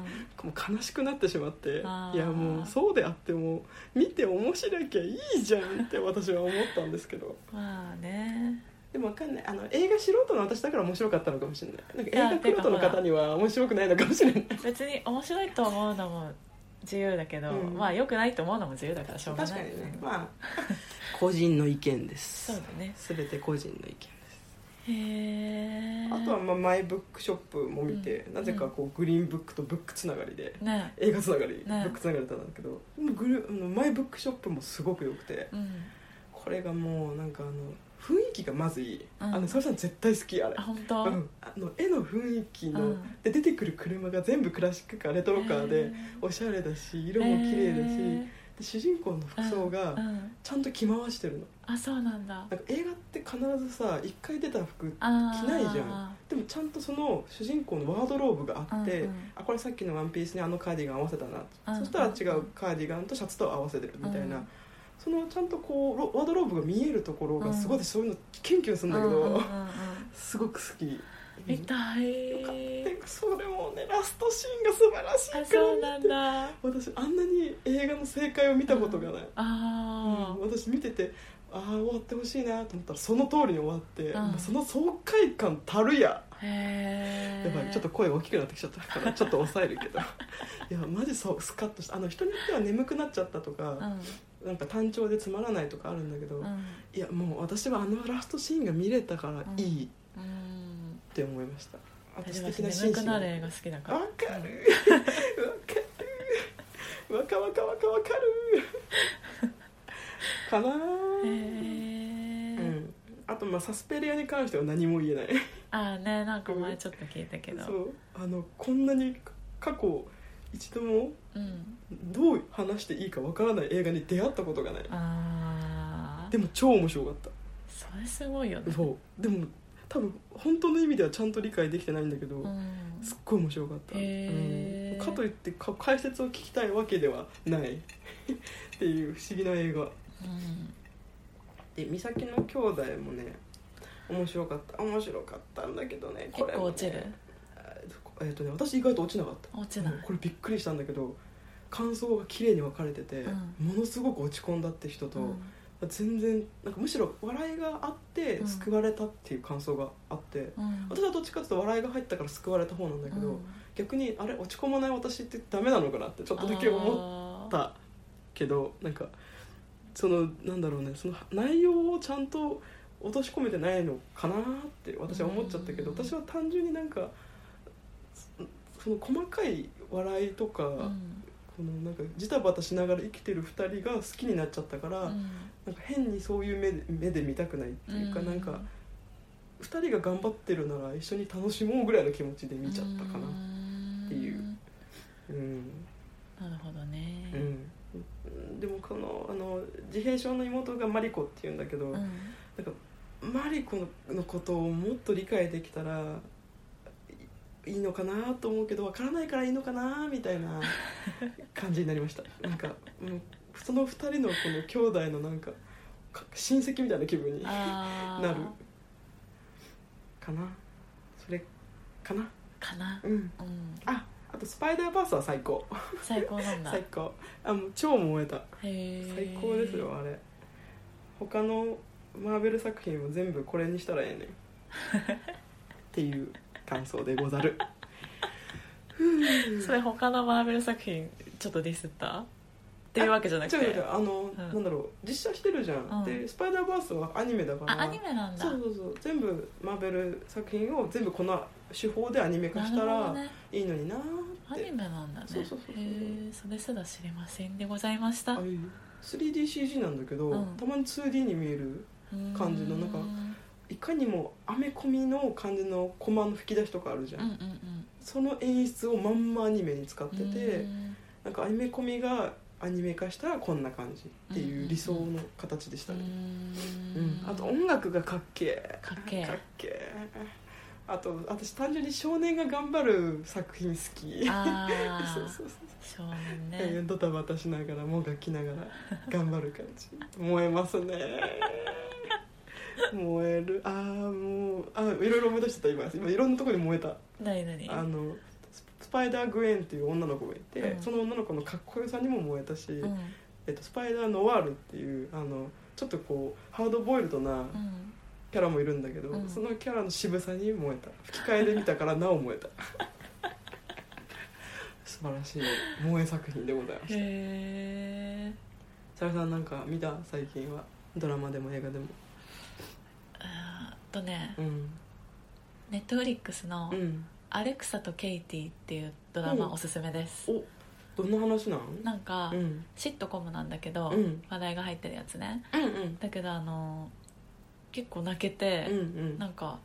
Speaker 2: う悲しくなってしまって
Speaker 1: あー
Speaker 2: いやもうそうであっても見て面白きゃいいじゃんって私は思ったんですけど
Speaker 1: まあね
Speaker 2: でもわかんないあの映画素人の私だから面白かったのかもしれない
Speaker 1: いや
Speaker 2: なんか映画素人の方には面白くないのかもしれない
Speaker 1: 別に面白いと思うのも自由だけど、
Speaker 2: うん
Speaker 1: まあよくないと思うのも自由だからしょう
Speaker 2: 確
Speaker 1: が
Speaker 2: か
Speaker 1: ない
Speaker 2: にねまあ個人の意見です
Speaker 1: そうだね
Speaker 2: 全て個人の意見です
Speaker 1: へえ
Speaker 2: あとはまあマイブックショップも見て、
Speaker 1: うん
Speaker 2: なぜかこうグリーンブックとブックつながりで
Speaker 1: ね
Speaker 2: 映画つながり、
Speaker 1: ね
Speaker 2: ブックつながりだったんだけどグルあのマイブックショップもすごく良くて
Speaker 1: うん
Speaker 2: ここれがもうなんかあの雰囲気がまずいい、
Speaker 1: うん
Speaker 2: あのそれさん絶対好きあれ
Speaker 1: あ本当、
Speaker 2: うん、あの絵の雰囲気の、
Speaker 1: うん
Speaker 2: で出てくる車が全部クラシックかレトロカー
Speaker 1: へ
Speaker 2: で
Speaker 1: ー
Speaker 2: おしゃれだし色も綺麗だし、
Speaker 1: へ
Speaker 2: で主人公の服装
Speaker 1: ーう
Speaker 2: が
Speaker 1: ん、
Speaker 2: ちゃんと着回してるの
Speaker 1: あそうなんだ
Speaker 2: なんか映画って必ずさ一回出た服
Speaker 1: あー
Speaker 2: 着ないじゃんでもちゃんとその主人公のワードローブがあって、
Speaker 1: うんうん
Speaker 2: あこれさっきのワンピースにあのカーディガン合わせたな、
Speaker 1: うんうん
Speaker 2: そしたら違うカーディガンとシャツと合わせてるみたいな、
Speaker 1: うん
Speaker 2: そのちゃんとこうロワードローブが見えるところがすごい、私そういうのキュンキュンするんだけ
Speaker 1: う
Speaker 2: ど、
Speaker 1: んうんうんうん
Speaker 2: すごく好き
Speaker 1: 見たい
Speaker 2: よかったそれもねラストシーンが素晴らしいから
Speaker 1: あそうなんだあ
Speaker 2: 私あんなに映画の正解を見たことがない、
Speaker 1: あ
Speaker 2: うん私見ててああ終わってほしいなと思ったらその通りに終わって、
Speaker 1: うん
Speaker 2: もうその爽快感たるや
Speaker 1: ーへ
Speaker 2: や
Speaker 1: え
Speaker 2: ばいちょっと声大きくなってきちゃったからちょっと抑えるけどいやマジそうスカッとしたあの人によっては眠くなっちゃったと
Speaker 1: う
Speaker 2: か、
Speaker 1: ん
Speaker 2: なんか単調でつまらないとかあるんだけど、
Speaker 1: うん
Speaker 2: いやもう私はあのラストシーンが見れたからいいっ
Speaker 1: うん
Speaker 2: て思いました、あと
Speaker 1: 私
Speaker 2: 素
Speaker 1: 私
Speaker 2: 敵な
Speaker 1: 眠
Speaker 2: 紳
Speaker 1: く
Speaker 2: 士
Speaker 1: な
Speaker 2: が
Speaker 1: る映画好きだから
Speaker 2: わかるわかるわかわかわかわかるかな
Speaker 1: へ
Speaker 2: ー
Speaker 1: え、
Speaker 2: うんあとまあサスペリアに関しては何も言えない
Speaker 1: ああねなんか前ちょっと聞いたけど
Speaker 2: そうあのこんなに過去一度も
Speaker 1: うん
Speaker 2: どう話していいかわからない映画に出会ったことがない
Speaker 1: ああ
Speaker 2: でも超面白かった
Speaker 1: それすごいよね
Speaker 2: そうでも多分本当の意味ではちゃんと理解できてないんだけど、
Speaker 1: うん
Speaker 2: すっごい面白かった、
Speaker 1: へー
Speaker 2: うんかといってか解説を聞きたいわけではない っていう不思議な映画
Speaker 1: うん
Speaker 2: で「岬の兄弟」もね面白かった面白かったんだけどね
Speaker 1: 結構
Speaker 2: もね
Speaker 1: 落ちる
Speaker 2: えーとえーとね私意外と落ちなかった
Speaker 1: 落ちない
Speaker 2: うんこれびっくりしたんだけど感想が綺麗に分かれてて、
Speaker 1: うん
Speaker 2: ものすごく落ち込んだって人と、
Speaker 1: うん
Speaker 2: 全然なんかむしろ笑いがあって
Speaker 1: うん
Speaker 2: 救われたっていう感想があって、
Speaker 1: うん
Speaker 2: 私はどっちかっていうと笑いが入ったから救われた方なんだけど、
Speaker 1: うん
Speaker 2: 逆にあれ落ち込まない私ってダメなのかなってちょっとだけ思ったけどなんかそのなんだろうねその内容をちゃんと落とし込めてないのかなって私は思っちゃったけど
Speaker 1: うん
Speaker 2: 私は単純になんかそその細かい笑いとか、
Speaker 1: あーうん
Speaker 2: このなんかジタバタしながら生きてる2人が好きになっちゃったから、
Speaker 1: うん
Speaker 2: なんか変にそういう目で目で見たくないっていうか、なんか2人が頑張ってるなら一緒に楽しもうぐらいの気持ちで見ちゃったかな。っていうんうん
Speaker 1: なるほど
Speaker 2: う
Speaker 1: ね
Speaker 2: んでもこのあの自閉症の妹がマリコっていうんだけど、
Speaker 1: う
Speaker 2: なん
Speaker 1: ん
Speaker 2: かマリコのことをもっと理解できたらいいいのかなと思うけどわからないからいいのかなみたい な感じになりましたなんかもうその2人のこの兄弟のなんかか親戚みたいな気分にな
Speaker 1: あー
Speaker 2: るかなそれかな
Speaker 1: かな
Speaker 2: うん
Speaker 1: うん
Speaker 2: ああと「スパイダーバース」は最高
Speaker 1: 最高なんだ
Speaker 2: 最高あもう超燃えた最
Speaker 1: 最
Speaker 2: 高ですよあれ他のマーベル作品を全部これにしたらえ えねんっていう感想でござる
Speaker 1: それ他のマーベル作品ちょっとディスったっていうわけじゃなく
Speaker 2: 違う違う違
Speaker 1: て
Speaker 2: うあの、
Speaker 1: ん
Speaker 2: なんだろう実写してるじゃん、
Speaker 1: うん
Speaker 2: で「スパイダーバース」はアニメだか
Speaker 1: あ
Speaker 2: ら
Speaker 1: アニメなんだ
Speaker 2: そうそうそう全部マーベル作品を全部この手法でアニメ化した
Speaker 1: なるほど
Speaker 2: ら
Speaker 1: ね
Speaker 2: いいのになー
Speaker 1: ア
Speaker 2: って、
Speaker 1: ニメなんだね
Speaker 2: そうそうそうそう
Speaker 1: へえそれすら知りませんでございました
Speaker 2: あいい 3DCG なんだけど、
Speaker 1: うん
Speaker 2: たまに 2D に見える感じのなんか
Speaker 1: うー
Speaker 2: いかにもアメコミの感じのコマの吹き出しとかあるじゃ
Speaker 1: うんうん
Speaker 2: その演出をまんまアニメに使っ
Speaker 1: う
Speaker 2: てて、
Speaker 1: んうん
Speaker 2: なんかアニメコミがアニメ化したらこんな感じっていう理想の形でしたね、うんあと音楽がかっけえ
Speaker 1: かっけえ
Speaker 2: かっけえあと私単純に少年が頑張る作品好き
Speaker 1: ああ
Speaker 2: そうそうそ
Speaker 1: 少
Speaker 2: う
Speaker 1: 年
Speaker 2: え
Speaker 1: ね
Speaker 2: ードタバタしながらもがきながら頑張る感じ燃えますね燃えるああもうあーいろいろ思い出してた今今いろんなところに燃えた
Speaker 1: 何何
Speaker 2: あのススパイダー・グエンっていう女の子がいて、
Speaker 1: うん
Speaker 2: その女の子のかっこよさにも燃えたし、
Speaker 1: うん
Speaker 2: えっと、スパイダー・ノワールっていうあのちょっとこうハードボイルドな
Speaker 1: うん
Speaker 2: キャラもいるんだけど、
Speaker 1: うん
Speaker 2: そのキャラの渋さに燃えた吹き替えで見たからなお燃えた 素晴らしい萌え作品でございま
Speaker 1: へ
Speaker 2: した
Speaker 1: え
Speaker 2: さやさんなんか見た最近はドラマでも映画でも
Speaker 1: あーとね
Speaker 2: うん
Speaker 1: ネットフリックスの
Speaker 2: うん
Speaker 1: 「アレクサとケイティ」っていうドラマおすすめです
Speaker 2: おどんな話なん
Speaker 1: なんか、
Speaker 2: うん
Speaker 1: シットコムなんだけど、
Speaker 2: うん
Speaker 1: 話題が入ってるやつね
Speaker 2: うんうん
Speaker 1: だけどあの結構泣け
Speaker 2: うん
Speaker 1: て、
Speaker 2: うん
Speaker 1: なんか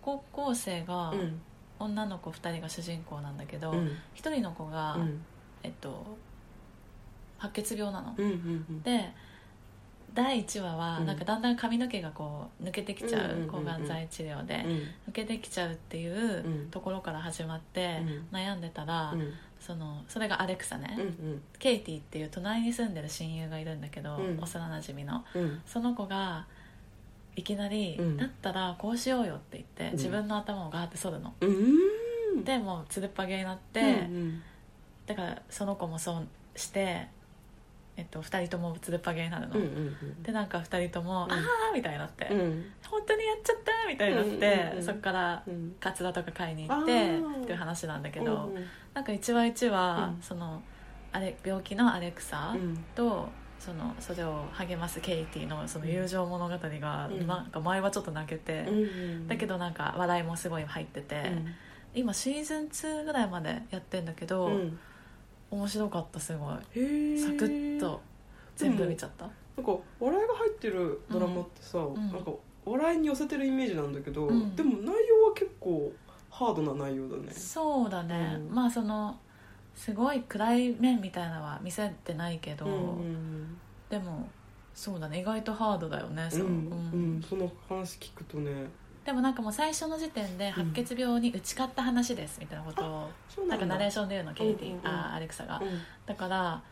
Speaker 1: 高校生が、
Speaker 2: うん
Speaker 1: 女の子2人が主人公なんだけど
Speaker 2: うん
Speaker 1: 一、人の子が、
Speaker 2: うん
Speaker 1: えっと白血病なの、
Speaker 2: うんうん
Speaker 1: で第1話は、
Speaker 2: うん
Speaker 1: なんかだんだん髪の毛がこう抜けてきちゃ
Speaker 2: うんうんうんう
Speaker 1: うん抗がん剤治療で、
Speaker 2: うん
Speaker 1: 抜けてきちゃうっていううんところから始まって、
Speaker 2: うん
Speaker 1: 悩んでたら、
Speaker 2: うん
Speaker 1: そのそれがアレクサね、
Speaker 2: うん
Speaker 1: ケイティっていう隣に住んでる親友がいるんだけど、
Speaker 2: うん
Speaker 1: 幼なじみの
Speaker 2: うん
Speaker 1: その子がいきなり、
Speaker 2: うん
Speaker 1: だったらこうしようよ」って言って、
Speaker 2: ん
Speaker 1: 自分の頭をガーって剃るの。
Speaker 2: うん
Speaker 1: でもうつるっぱげになって、
Speaker 2: うん
Speaker 1: だからその子もそうして、えっと、2人ともつるっぱげになるの。
Speaker 2: うんうんうん
Speaker 1: でなんか2人とも「
Speaker 2: うん
Speaker 1: ああ」みたいになって、
Speaker 2: うん
Speaker 1: 本当にやっちゃった」みたいになって、
Speaker 2: うんうんうん
Speaker 1: そっから
Speaker 2: うん
Speaker 1: カツラとか買いに行っ
Speaker 2: あ
Speaker 1: て
Speaker 2: ー
Speaker 1: っていう話なんだけ
Speaker 2: う
Speaker 1: ど、
Speaker 2: ん
Speaker 1: なんか一話一話、
Speaker 2: うん
Speaker 1: そのあれ病気のアレクサ
Speaker 2: うん
Speaker 1: と、そのそれを励ますケイティのその友情物語が、
Speaker 2: うん
Speaker 1: なんか前はちょっと泣けて、
Speaker 2: うんうん
Speaker 1: だけどなんか笑いもすごい入ってて、
Speaker 2: うん
Speaker 1: 今シーズン2ぐらいまでやってんだけど、
Speaker 2: うん
Speaker 1: 面白かったすごい
Speaker 2: へー
Speaker 1: サクッと全部見ちゃった、
Speaker 2: なんか笑いが入ってるドラマってさ、
Speaker 1: ん
Speaker 2: なんか笑いに寄せてるイメージなんだけど、
Speaker 1: うん
Speaker 2: でも内容は結構ハードな内容だね
Speaker 1: そうだね、
Speaker 2: うん
Speaker 1: まあそのすごい暗い面みたいなのは見せてないけど、
Speaker 2: うんうん
Speaker 1: でもそうだね意外とハードだよね
Speaker 2: う
Speaker 1: そ
Speaker 2: ん
Speaker 1: う、
Speaker 2: うんうんその話聞くとね
Speaker 1: でもなんかもう最初の時点で白血病に打ち勝った話ですみたいなことを、
Speaker 2: そう
Speaker 1: なんかナレー
Speaker 2: シ
Speaker 1: ションで言うのケイティ、
Speaker 2: うんうんうん
Speaker 1: あーアレクサが、
Speaker 2: ョン
Speaker 1: だから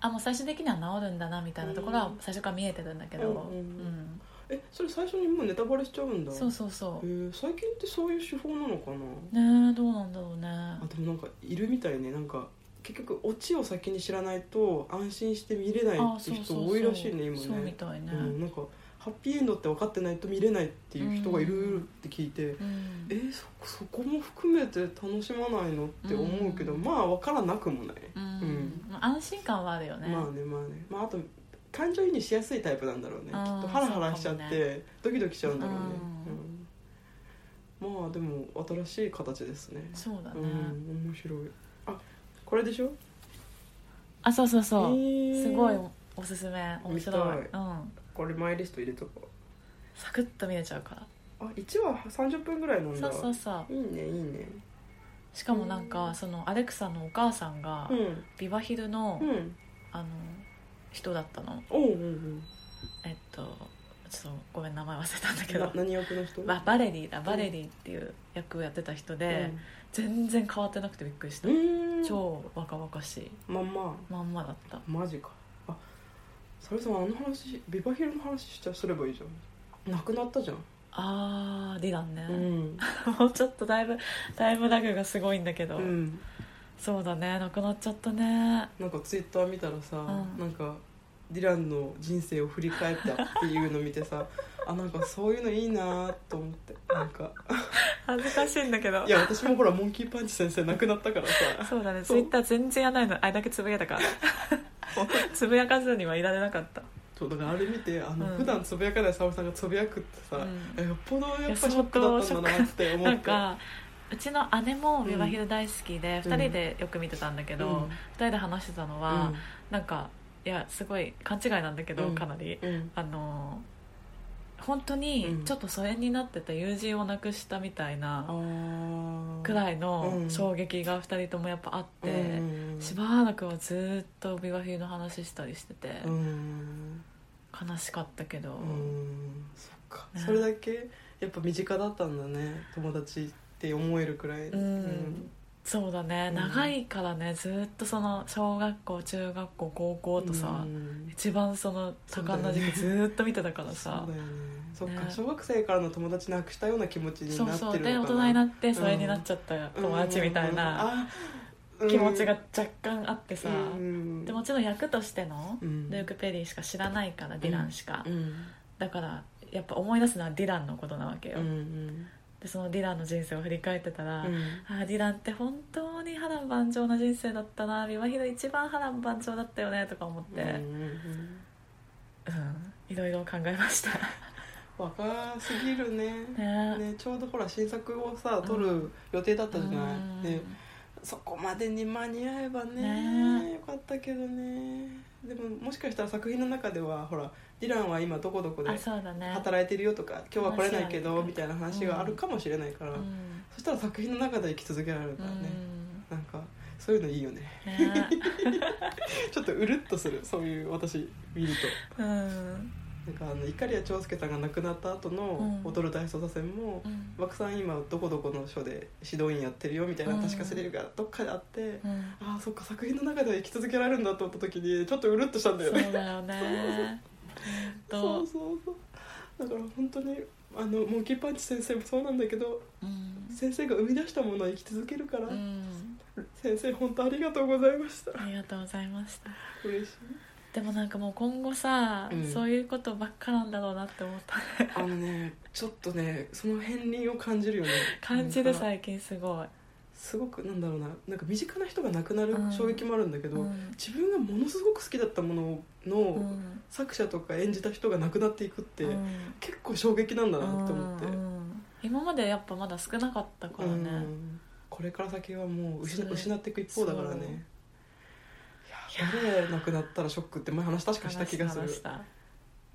Speaker 1: あもう最終的には治るんだなみたいなところは
Speaker 2: うん
Speaker 1: 最初から見えてるんだけど、
Speaker 2: うんうんえそれ最初にもうネタバレしちゃうん
Speaker 1: う
Speaker 2: だ
Speaker 1: んそうそうそ
Speaker 2: へー最近ってそういう手法なのかな
Speaker 1: うねえどうなんだろうね
Speaker 2: あでもなんかいるみたいねなんか結局オチを先に知らないと安心して見れない
Speaker 1: あ
Speaker 2: って人多いらしいね今ね
Speaker 1: そうみたいね、
Speaker 2: うん、なんかハッピーエンドって分かってないと見れないっていう人がいるって聞いて、
Speaker 1: うん
Speaker 2: えーそそこも含めて楽しまないのって思うけど、
Speaker 1: うん
Speaker 2: まあ分からなくもない、
Speaker 1: うんまあ安心感はあるよね、
Speaker 2: まあねまあね、まあ、あと感情移入しやすいタイプなんだろうねき
Speaker 1: あ
Speaker 2: っ
Speaker 1: ー
Speaker 2: とハラハラしちゃって、
Speaker 1: そうかも
Speaker 2: ドキドキしちゃうんだろうね、うんまあでも新しい形ですね
Speaker 1: そうだね、
Speaker 2: うん、面白いあこれでしょ
Speaker 1: あそうそうそう、
Speaker 2: へー
Speaker 1: すごいおすすめ面白い
Speaker 2: 見
Speaker 1: うん、
Speaker 2: これマイリスト入れとこ
Speaker 1: サクッと見れちゃうから
Speaker 2: うあ一1話30分ぐらいなん
Speaker 1: そ
Speaker 2: だ
Speaker 1: うそうそう
Speaker 2: いいねいいね
Speaker 1: しかもなんかそのアレクサのお母さんが
Speaker 2: うん
Speaker 1: ビバヒルの,、
Speaker 2: うん
Speaker 1: あの人だったの
Speaker 2: おううんうん
Speaker 1: えっとちょっとごめん名前忘れたんだけ
Speaker 2: な
Speaker 1: ど
Speaker 2: 何役の人
Speaker 1: ババレリーだバレリーっていう役をやってた人で、全然変わってなくてびっくりした、
Speaker 2: うんうん
Speaker 1: 超若々しい
Speaker 2: まんま
Speaker 1: まんまだった
Speaker 2: マジかあそれさあの話ビバヒルの話しちゃすればいいじゃんなくなったじゃん、
Speaker 1: あーディランね、
Speaker 2: ん
Speaker 1: もうちょっとだいぶだいぶラグがすごいんだけど、
Speaker 2: うん、
Speaker 1: そうだねなくなっちゃったね
Speaker 2: なんかツイッター見たらさ、
Speaker 1: うん
Speaker 2: なんかディランの人生を振り返ったっていうの見て さあなんかそういうのいいなと思ってなんか
Speaker 1: 恥ずかしいんだけど
Speaker 2: いや私もほらモンキーパンチ先生亡くなったからさ
Speaker 1: そうだねツ
Speaker 2: そう
Speaker 1: イッター全然やらないのあれだけつぶやいたからもう つぶやかずにはいられなかった
Speaker 2: そうだからあれ見てあの、
Speaker 1: うん
Speaker 2: 普段つぶやかない沙織さんがつぶやくってさ、
Speaker 1: うん
Speaker 2: えよっぽどやっぱショックだったんだなって思
Speaker 1: な
Speaker 2: っ
Speaker 1: ん
Speaker 2: て
Speaker 1: かうちの姉もビバヒル大好きで、二人でよく見てたんだけど、
Speaker 2: う
Speaker 1: 二
Speaker 2: ん
Speaker 1: 人で話してたのは、なんかいやすごい勘違いなんだけど、
Speaker 2: うん
Speaker 1: かなり
Speaker 2: うんうん
Speaker 1: あのー本当
Speaker 2: う
Speaker 1: に
Speaker 2: ん
Speaker 1: ちょっと疎遠になってた友人を亡くしたみたいな、
Speaker 2: あ
Speaker 1: くらいの
Speaker 2: うん
Speaker 1: 衝撃が2人ともやっぱあって、
Speaker 2: うん
Speaker 1: しばらくはずっとビバフィーの話したりしてて、
Speaker 2: うん
Speaker 1: 悲しかったけど、
Speaker 2: うんそっか、
Speaker 1: ね
Speaker 2: それだけやっぱ身近だったんだね友達って思えるくらい
Speaker 1: うんそうだね、
Speaker 2: うん
Speaker 1: 長いからねずっとその小学校中学校高校とさ、
Speaker 2: うん
Speaker 1: 一番その盛んな時期
Speaker 2: そ
Speaker 1: ずっと見てたから
Speaker 2: そう
Speaker 1: さ
Speaker 2: だよねそっ
Speaker 1: ね
Speaker 2: か、小学生からの友達なくしたような気持ちに
Speaker 1: そう,、
Speaker 2: なっ
Speaker 1: そう
Speaker 2: てる
Speaker 1: で大
Speaker 2: の
Speaker 1: 人
Speaker 2: か
Speaker 1: にな
Speaker 2: な
Speaker 1: ってそれになっちゃった友達みたいな
Speaker 2: うんうんうんあうん
Speaker 1: 気持ちが若干あってさ、
Speaker 2: うん
Speaker 1: でもちろん役としての
Speaker 2: うん
Speaker 1: ルーク・ペリーしか知らないから、ディランしか、
Speaker 2: うん
Speaker 1: だからやっぱ思い出すのはディランのことなわけよ、
Speaker 2: うん
Speaker 1: でそのディランの人生を振り返ってたら、
Speaker 2: うんうん
Speaker 1: あーディランって本当に波乱万丈な人生だったなビバヒロ一番波乱万丈だったよねとか思って、う
Speaker 2: うん
Speaker 1: ん
Speaker 2: うん
Speaker 1: いろいろ考えました
Speaker 2: 若すぎ るね
Speaker 1: ね
Speaker 2: ねちょうどほら新作をさ撮る予定だったじゃない、
Speaker 1: うん
Speaker 2: ねそこまでに間に合えばね
Speaker 1: ね
Speaker 2: よかったけどねでももしかしたら作品の中ではほらディランは今どこどこで
Speaker 1: あそうだね
Speaker 2: 働いてるよとか今日は来れないけど
Speaker 1: 話が
Speaker 2: みたいな話があるかもしれないから、
Speaker 1: うん
Speaker 2: そしたら作品の中で生き続けられるからね、なんかそういうのいいよね
Speaker 1: うんね
Speaker 2: ちょっとうるっとするそういう私見ると
Speaker 1: うん
Speaker 2: なんかあの碇谷長介さんが亡くなった後の
Speaker 1: うん
Speaker 2: 「踊る大捜査線」も
Speaker 1: うん
Speaker 2: 漠さん今どこどこの署で指導員やってるよみたいな
Speaker 1: うん
Speaker 2: 確かセリフがどっかであって、
Speaker 1: うん
Speaker 2: ああそっか作品の中では生き続けられるんだと思った時にちょっとうるっとしたんだ
Speaker 1: そ
Speaker 2: よね
Speaker 1: うだよね
Speaker 2: そ
Speaker 1: ほ
Speaker 2: うん
Speaker 1: と
Speaker 2: そうそうだから本当にあのモンキーパンチ先生もそうなんだけど
Speaker 1: うん
Speaker 2: 先生が生み出したものは生き続けるから、
Speaker 1: うん
Speaker 2: 先生本当ありがとうございました
Speaker 1: ありがとうございました
Speaker 2: 嬉しい
Speaker 1: でもなんかもう今後さ、
Speaker 2: うん
Speaker 1: そういうことばっかなんだろうなって思った
Speaker 2: あ のねちょっとねその片鱗を感じるよね
Speaker 1: 感じで
Speaker 2: なんか
Speaker 1: 最近すごい、
Speaker 2: すごくなんだろうななんか身近な人が亡くなる
Speaker 1: うん
Speaker 2: 衝撃もあるんだけ
Speaker 1: う
Speaker 2: ど、
Speaker 1: ん
Speaker 2: 自分がものすごく好きだったものの、
Speaker 1: うん、
Speaker 2: 作者とか演じた人が亡くなっていくって、
Speaker 1: うん
Speaker 2: 結構衝撃なんだなって思って、
Speaker 1: うんうん今までやっぱまだ少なかったからね、
Speaker 2: うんこれから先はもう失
Speaker 1: それ
Speaker 2: 失っていく一方だから
Speaker 1: そう
Speaker 2: ねいや誰亡くなったらショックって前話確かした気がする
Speaker 1: 話した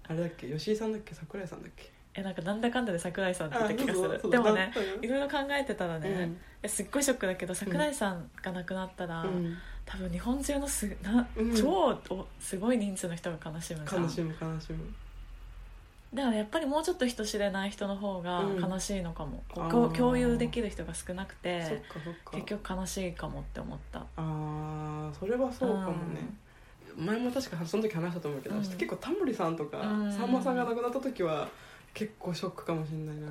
Speaker 2: あれだっけ吉井さんだっけ桜井さんだっけ
Speaker 1: えなんかなんだかんだで桜井さんって言った気がす
Speaker 2: あそうそ
Speaker 1: る
Speaker 2: う
Speaker 1: でもね
Speaker 2: だった
Speaker 1: い
Speaker 2: よ
Speaker 1: ろいろ考えてたらね、えすっごいショックだけど桜井さんが亡くなったら、
Speaker 2: うんうん
Speaker 1: 多分日本中のすな、
Speaker 2: うん
Speaker 1: 超おすごい人数の人が悲しむじゃん
Speaker 2: 悲しむ悲しむ
Speaker 1: だからやっぱりもうちょっと人知れない人の方が悲しいのかも、こう
Speaker 2: あー
Speaker 1: こう共有できる人が少なく
Speaker 2: そってかそっか
Speaker 1: 結局悲しいかもって思った
Speaker 2: ああそれはそうかもね、前も確かその時話したと思うけど、
Speaker 1: うん
Speaker 2: 結構タモリさんとか、
Speaker 1: うん
Speaker 2: さんまさんが亡くなった時は結構ショックかもしれないな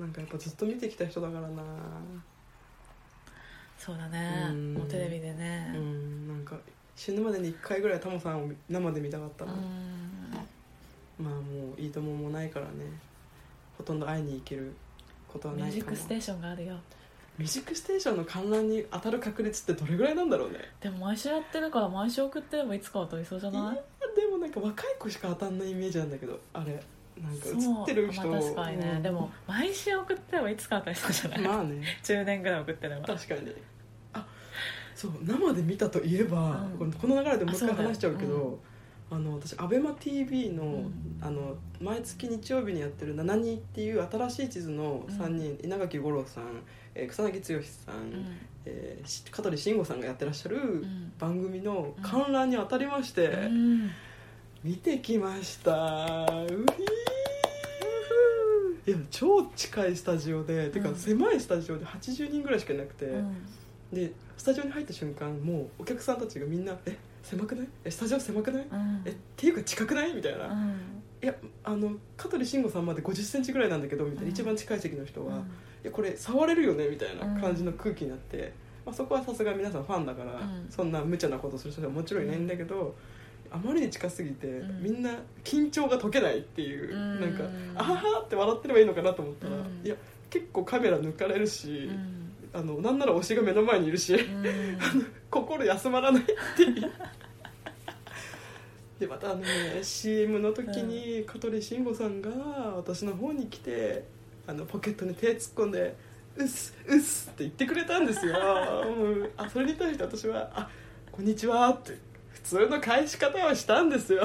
Speaker 2: なんかやっぱずっと見てきた人だからな
Speaker 1: そうだね、
Speaker 2: うん
Speaker 1: もうテレビでね、
Speaker 2: うんなんか死ぬまでに1回ぐらいタモさんを生で見たかったな、
Speaker 1: うん
Speaker 2: まあもう「いいとも」もないからねほとんど会いに行けることは
Speaker 1: ミュー
Speaker 2: ない
Speaker 1: ジッ
Speaker 2: かも
Speaker 1: クステーションがあるよ
Speaker 2: ミュージックステーションの観覧に当たる確率ってどれぐらいなんだろうね
Speaker 1: でも毎週やってるから毎週送ってればいつかは取りそうじゃない
Speaker 2: いでもなんか若い子しか当たんないイメージなんだけどあれなんか映ってる人
Speaker 1: まあ、確かにね、
Speaker 2: うん
Speaker 1: でも毎週送ってればいつかは取りそうじゃない、
Speaker 2: まあね
Speaker 1: 10年ぐらい送ってれば
Speaker 2: 確かにあそう生で見たといえば、
Speaker 1: うん
Speaker 2: このこの流れでもう一
Speaker 1: あ
Speaker 2: 回
Speaker 1: そうだよ
Speaker 2: 話しちゃうけど
Speaker 1: う
Speaker 2: あの私 ABEMATV の,、
Speaker 1: うん
Speaker 2: あの毎月日曜日にやってる「7人」っていう新しい地図の3人、稲垣吾郎さん、えー草薙剛さん、
Speaker 1: うん
Speaker 2: えーし香取慎吾さんがやってらっしゃる
Speaker 1: うん
Speaker 2: 番組の観覧に当たりまして、
Speaker 1: うん
Speaker 2: 見てきましたうひーいや超近いスタジオでてか
Speaker 1: うん
Speaker 2: 狭いスタジオで80人ぐらいしかいなくて、
Speaker 1: うん
Speaker 2: でスタジオに入った瞬間もうお客さんたちがみんな「え狭くないえスタジオ狭くない
Speaker 1: うん
Speaker 2: えっていうか近くない?」みたいな「
Speaker 1: う
Speaker 2: い
Speaker 1: ん
Speaker 2: やあの香取慎吾さんまで5 0センチぐらいなんだけど」みたいな、
Speaker 1: うん
Speaker 2: 一番近い席の人は「
Speaker 1: うん
Speaker 2: いやこれ触れるよね」みたいな感じの空気になって、まあ、そこはさすが皆さんファンだから、
Speaker 1: うん
Speaker 2: そんな無茶なことする人はもちろんいないんだけど、あまりに近すぎて、
Speaker 1: うん
Speaker 2: みんな緊張が解けないっていう、
Speaker 1: うん
Speaker 2: なんか「あはは」って笑ってればいいのかなと思ったら、
Speaker 1: うん
Speaker 2: いや結構カメラ抜かれるし。
Speaker 1: うん
Speaker 2: あのなんなら推しが目の前にいるし、
Speaker 1: うん
Speaker 2: 心休まらないっていうでまたあのね CM の時に香取慎吾さんが私の方に来てあのポケットに手突っ込んで「うっすうっす」って言ってくれたんですよ、うんあそれに対して私は「あこんにちは」って普通の返し方をしたんですよ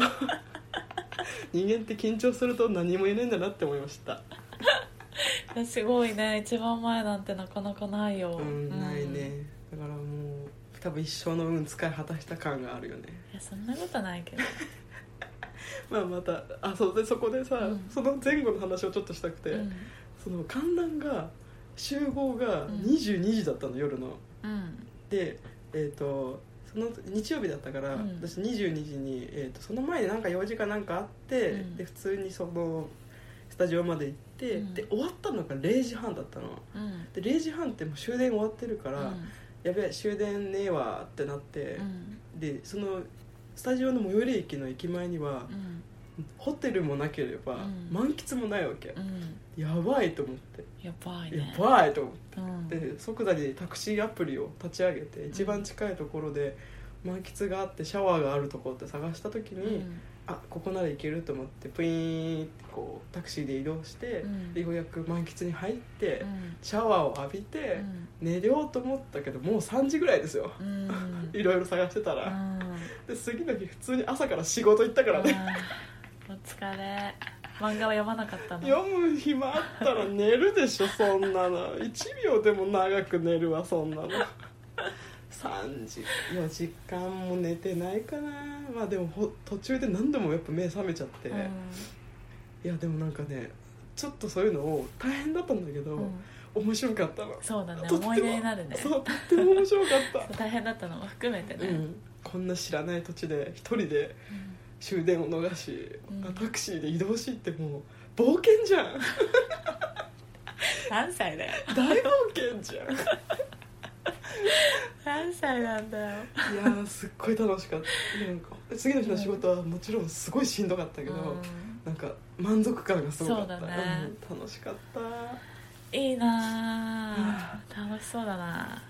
Speaker 2: 人間って緊張すると何も言えないんだなって思いました
Speaker 1: すごいね一番前なんてなかなかないよ、
Speaker 2: うんないねだからもう多分一生の運使い果たした感があるよね
Speaker 1: いやそんなことないけど
Speaker 2: まあまたあそうでそこでさ、
Speaker 1: うん
Speaker 2: その前後の話をちょっとしたくて、
Speaker 1: うん
Speaker 2: その観覧が集合が
Speaker 1: うん
Speaker 2: 22時だったの、夜の
Speaker 1: うん
Speaker 2: でえっ、とその日曜日だったから、
Speaker 1: うん
Speaker 2: 私22時に、えー、とその前でなんか用事かなんかあって、
Speaker 1: うん
Speaker 2: で普通にそのスタジオまで行って、
Speaker 1: うん
Speaker 2: で終わったのが0時半だったの
Speaker 1: うん
Speaker 2: で0時半ってもう終電終わってるから、やべえ終電ねえわってなって
Speaker 1: う、ん
Speaker 2: でそのスタジオの最寄り駅の駅前には、
Speaker 1: うん
Speaker 2: ホテルもなければ、
Speaker 1: うん
Speaker 2: 満喫もないわけ
Speaker 1: うん
Speaker 2: やばいと思って、
Speaker 1: やばい
Speaker 2: や
Speaker 1: ね
Speaker 2: ばいと思っ
Speaker 1: うん
Speaker 2: てで即座にタクシーアプリを立ち上げて一番近いところで満喫があってシャワーがあるところって探した時に、
Speaker 1: うん
Speaker 2: あここなら行けると思ってプイーンってこうタクシーで移動して、
Speaker 1: うん
Speaker 2: でようやく満喫に入って、
Speaker 1: うん
Speaker 2: シャワーを浴びて、寝ようと思ったけどもう3時ぐらいですよ、
Speaker 1: うんうん
Speaker 2: いろいろ探してた
Speaker 1: う
Speaker 2: ら、
Speaker 1: ん
Speaker 2: で次の日普通に朝から仕事行ったからね、
Speaker 1: うんお疲れ漫画は読まなかったの
Speaker 2: 読む暇あったら寝るでしょそんなの1秒でも長く寝るわそんなの3時4時間も寝てないかなまあでもほ途中で何度もやっぱ目覚めちゃって、
Speaker 1: うん
Speaker 2: いやでもなんかねちょっとそういうのを大変だったんだけど、
Speaker 1: うん
Speaker 2: 面白かったの
Speaker 1: そうだね
Speaker 2: とっても
Speaker 1: 思い出になるね
Speaker 2: そうとっても面白か っ
Speaker 1: 大変だったのも含めて
Speaker 2: た、う
Speaker 1: ね
Speaker 2: ん、こんな知らない土地で一人で
Speaker 1: うん
Speaker 2: 終電を逃し、
Speaker 1: うん
Speaker 2: タクシーで移動しってもう冒険じゃん
Speaker 1: 何歳だよ
Speaker 2: 大冒険じゃんい
Speaker 1: 何歳なんだよ
Speaker 2: やーすっごい楽しかったなんか次の日の仕事はもちろんすごいしんどかったけど、
Speaker 1: うん
Speaker 2: なんか満足感がすごかった
Speaker 1: そうだね
Speaker 2: うん楽しかった
Speaker 1: いいなあ楽しそうだな